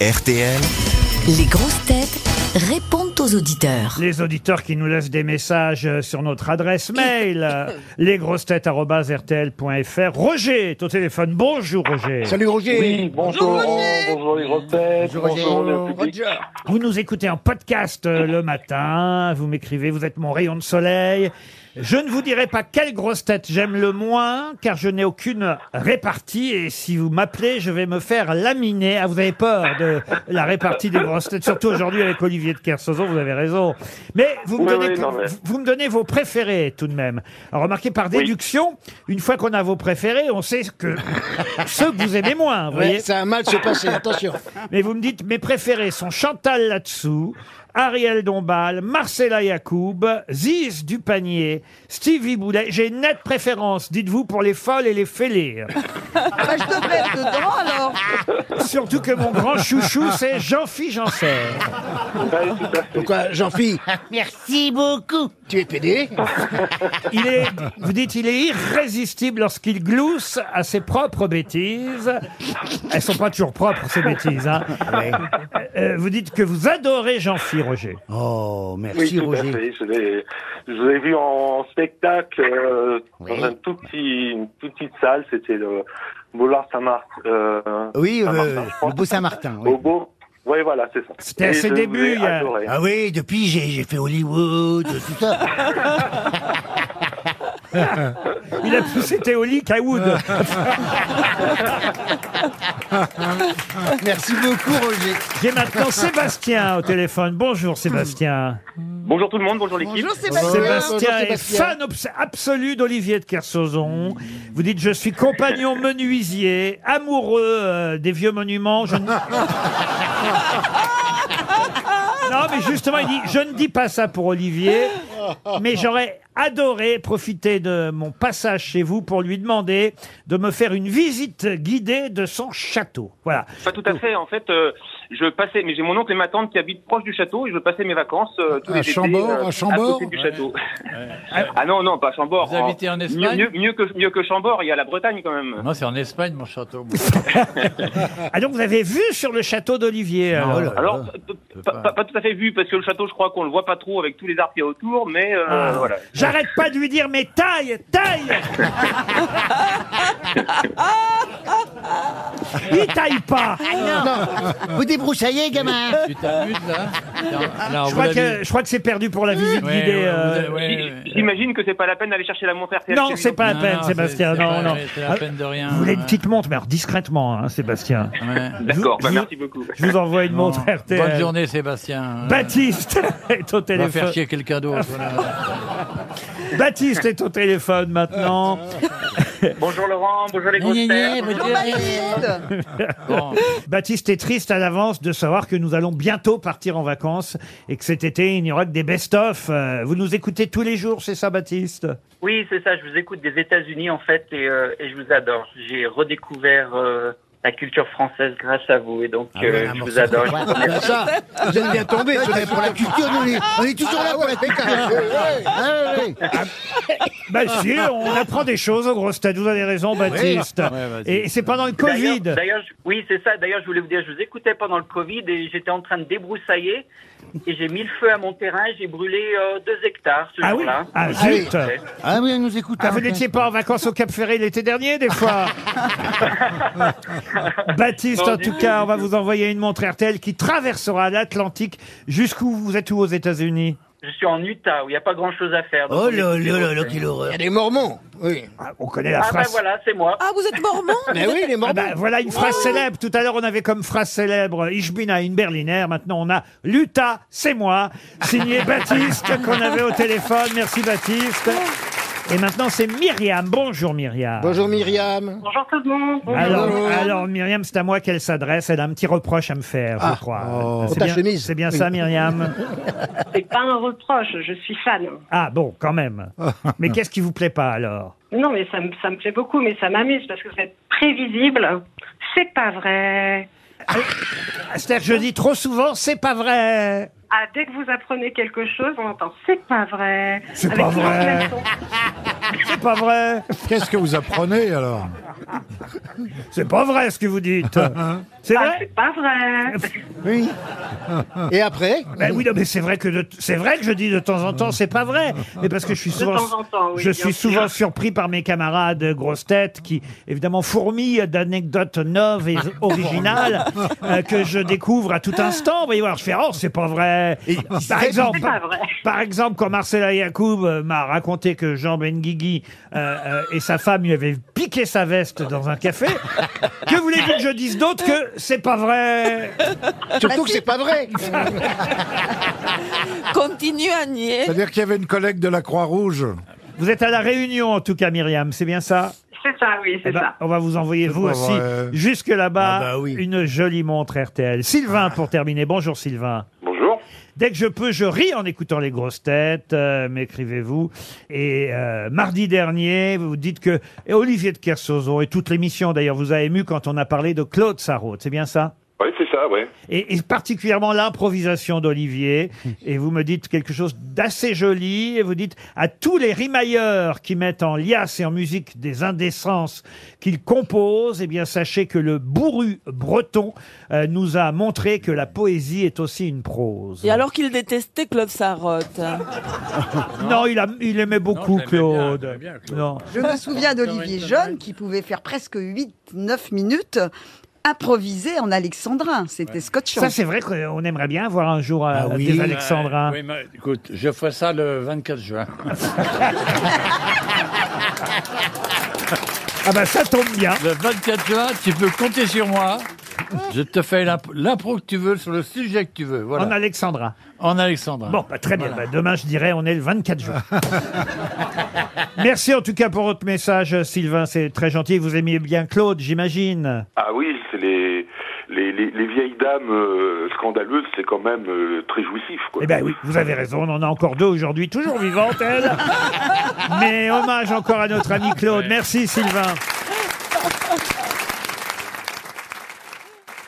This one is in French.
RTL. Les grosses têtes répondent aux auditeurs. Les auditeurs qui nous laissent des messages euh, sur notre adresse mail, euh, lesgrossetêtes.rtl.fr. Roger est au téléphone. Bonjour Roger. Salut Roger Oui, bonjour Laurent, bonjour les grosses têtes, Bonjour Roger. bonjour le public. Vous nous écoutez en podcast euh, le matin, vous m'écrivez, vous êtes mon rayon de soleil. Je ne vous dirai pas quelle grosse tête j'aime le moins, car je n'ai aucune répartie, et si vous m'appelez, je vais me faire laminer. Ah, vous avez peur de la répartie des grosses têtes, surtout aujourd'hui avec Olivier de Kersauzon, vous avez raison. Mais vous me, Oui, donnez, oui, non, mais- vous me donnez vos préférés, tout de même. Alors, remarquez, par déduction, une fois qu'on a vos préférés, on sait que ceux que vous aimez moins, vous voyez Ouais, ça a mal se passer, attention. mais vous me dites, mes préférés sont Chantal Latsou, Ariel Dombal, Marcella Yacoub, Ziz Dupanier, Stevie Boulet. J'ai une nette préférence, dites-vous, pour les folles et les fêlées. Bah, je devrais être dedans alors. Surtout que mon grand chouchou, c'est Jean-Philippe Janssen. Ouais, tout à fait. Pourquoi, Jean-Philippe Merci beaucoup. Tu es PD Il est, vous dites, il est irrésistible lorsqu'il glousse à ses propres bêtises. Elles sont pas toujours propres, ces bêtises. hein. Euh, vous dites que vous adorez Jean-Philippe, Roger. Oh, Oui, merci tout à Roger. fait. Je l'ai, je l'ai vu en spectacle euh, Oui. dans un tout petit, une toute petite salle. C'était le Boulard Saint-Marc. Euh, Oui, Saint-Martin, euh, je le crois. beau Saint-Martin. oui. Au beau. Oui, voilà, c'est ça. C'était à Et ses je débuts, vous ai il y a- adoré. Ah oui, depuis j'ai j'ai fait Hollywood, tout ça. Il a poussé Théolique à Wood. Merci beaucoup Roger. J'ai maintenant Sébastien au téléphone. Bonjour Sébastien. Bonjour tout le monde, bonjour l'équipe. Bonjour Sébastien. Bonjour, Sébastien est Sébastien. fan obs- absolu d'Olivier de Kersauzon. Vous dites je suis compagnon menuisier, amoureux euh, des vieux monuments. Je ne- non mais justement il dit je ne dis pas ça pour Olivier, mais j'aurais adoré profiter de mon passage chez vous pour lui demander de me faire une visite guidée de son château. Voilà. Pas tout à fait, en fait, euh, je passais, mais j'ai mon oncle et ma tante qui habitent proche du château et je passais mes vacances euh, tous À les étés Chambord, à euh, Chambord côté du château. ah non, non, pas Chambord. Vous hein. habitez en mieux, Espagne mieux, mieux que, mieux que Chambord, il y a la Bretagne quand même. Non, c'est en Espagne, mon château. Ah donc vous avez vu sur le château d'Olivier. alors. bah là là. Alors, pas, pas- pas tout à fait vu, parce que le château, je crois qu'on le voit pas trop avec tous les arbres qu'il y a autour, mais euh, Ah. voilà. J'arrête pas de lui dire, mais taille, taille Il taille pas Ah, Vous débroussaillez, gamin tu t'amuses, hein là je crois, que, je crois que c'est perdu pour la visite guidée. euh, J'imagine que c'est pas la peine d'aller chercher la montre RTL. Non, chez lui, c'est pas la peine, Sébastien. Non, non. C'est Ah, la peine de rien. euh. Vous voulez une ouais. petite montre, mais alors discrètement, hein, Sébastien. Ouais. D'accord, Vous- bah, vous- merci beaucoup. Je vous envoie une Bon, montre RTL. Bonne journée, Sébastien. Baptiste est au On va faire téléphone. chier quelqu'un d'autre. voilà. Baptiste est au téléphone maintenant. Bonjour Oh, Laurent, bonjour les grosses têtes. Bonjour Baptiste. Bon, Baptiste est triste à l'avance de savoir que nous allons bientôt partir en vacances et que cet été, il n'y aura que des best-of. Euh, Vous nous écoutez tous les jours, c'est ça, Baptiste Oui, c'est ça. Je vous écoute des États-Unis en fait et, euh, et je vous adore. J'ai redécouvert euh, la culture française grâce à vous et donc Ah euh, ouais, un je vous morceau adore. de Je vous Ah, bah ça, vous êtes bien tombé. On est Ah, pour la culture, nous, on est- on est toujours là pour la culture. Ah, ouais, ouais. Bah Ah. si, on apprend des choses aux grosses têtes. Vous avez raison, Baptiste. Ouais, vas-y. et c'est pendant le D'ailleurs- Covid. D'ailleurs, je- oui, c'est ça. D'ailleurs, je voulais vous dire, je vous écoutais pendant le Covid et j'étais en train de débroussailler et j'ai mis le feu à mon terrain. J'ai brûlé euh, deux hectares ce Ah oui jour-là. Ah zut Ah oui, on nous écoute. Ah, hein. vous n'étiez pas en vacances au Cap Ferré l'été dernier, des fois Baptiste, en tout cas, on va vous envoyer une montre RTL qui traversera l'Atlantique jusqu'où vous êtes où aux États-Unis Je suis en Utah où il n'y a pas grand-chose à faire. donc Oh on est- là là là là, quelle Il y horreur. a des Mormons. Oui. Ah, On connaît la Ah ben phrase. voilà, c'est moi. Ah, vous êtes mormon Mais oui, les Ah Mormons. bah, voilà une phrase célèbre. Tout à l'heure, on avait comme phrase célèbre euh, Ich bin ein Berliner. Maintenant, on a L'Utah, c'est moi. Signé Baptiste, qu'on avait au téléphone. Merci Baptiste. Et maintenant, c'est Myriam. Bonjour Myriam. Bonjour Myriam. Bonjour tout le monde. Alors, Bonjour. alors, Myriam, c'est à moi qu'elle s'adresse. Elle a un petit reproche à me faire, je crois. Ah. Oh. Ah, Pour C'est ta bien- chemise. C'est bien ça, Myriam C'est pas un reproche, je suis fan. Ah bon, quand même. Mais qu'est-ce qui vous plaît pas alors Non, mais ça, me- ça me plaît beaucoup, mais ça m'amuse parce que vous êtes prévisible. C'est pas vrai. Ah, C'est-à-dire, que je dis trop souvent, c'est pas vrai. Ah, dès que vous apprenez quelque chose, on entend c'est pas vrai. C'est Avec pas toujours vrai. le même ton. C'est pas vrai. Qu'est-ce que vous apprenez alors C'est pas vrai ce que vous dites. C'est Ah, vrai c'est pas vrai. Oui. Ah. Et après Ben oui, non, mais c'est vrai que de- c'est vrai que je dis de temps en temps, c'est pas vrai. Mais parce que je suis De souvent, temps en temps, oui. je bien suis sûr. souvent surpris par mes camarades grosses têtes qui, évidemment, fourmillent d'anecdotes neuves et originales euh, que je découvre à tout instant. Vous voyez, alors je fais oh, c'est pas vrai. par exemple, C'est pas vrai. par exemple, quand Marcela Yacoub euh, m'a raconté que Jean Benguigui euh, euh, et sa femme lui avaient piqué sa veste dans un café, que voulez-vous que je dise d'autre que c'est pas vrai Ah. Surtout que c'est pas vrai. Continue à nier. C'est-à-dire qu'il y avait une collègue de la Croix-Rouge. Vous êtes à la Réunion en tout cas, Myriam, c'est bien ça C'est ça, oui, Eh c'est ben, ça. On va vous envoyer, vous pas aussi, vrai. jusque là-bas, Ah bah oui. Ah. une jolie montre RTL. Sylvain, pour terminer. Bonjour Sylvain. Bonjour. Dès que je peux, je ris en écoutant les grosses têtes, euh, m'écrivez-vous. Et euh, mardi dernier, vous dites que et Olivier de Kersozo, et toute l'émission d'ailleurs, vous a ému quand on a parlé de Claude Sarraute, c'est bien ça Oui, c'est ça, ouais. et, et particulièrement l'improvisation d'Olivier. Et vous me dites quelque chose d'assez joli. Et vous dites à tous les rimailleurs qui mettent en liasse et en musique des indécences qu'ils composent, eh bien sachez que le bourru breton euh, nous a montré que la poésie est aussi une prose. Et alors qu'il détestait Claude Sarrotte. Non, il, a- il aimait beaucoup Non, je l'aimais bien, Claude. je l'aimais bien, Claude. Non. Je me souviens d'Olivier Jeune qui pouvait faire presque 8-9 minutes improvisé en alexandrin. C'était scotchant. Ça, c'est vrai qu'on aimerait bien voir un jour euh, Ah oui. des Alexandrins. Oui, mais écoute, je ferai ça le 24 juin. Ah bah ça tombe bien. Le 24 juin, tu peux compter sur moi. Je te fais l'imp- l'impro que tu veux sur le sujet que tu veux. En Voilà. Alexandrin. En Alexandre. Bon, bah, très bien. Bah, demain, je dirais, on est le 24 juin. Merci en tout cas pour votre message, Sylvain. C'est très gentil. Vous aimiez bien Claude, j'imagine. Ah oui, c'est les, les, les, les vieilles dames euh, scandaleuses, c'est quand même euh, très jouissif, quoi. Eh ben oui, vous avez raison. On en a encore deux aujourd'hui, toujours vivantes, elles. Mais hommage encore à notre ami Claude. Merci, Sylvain.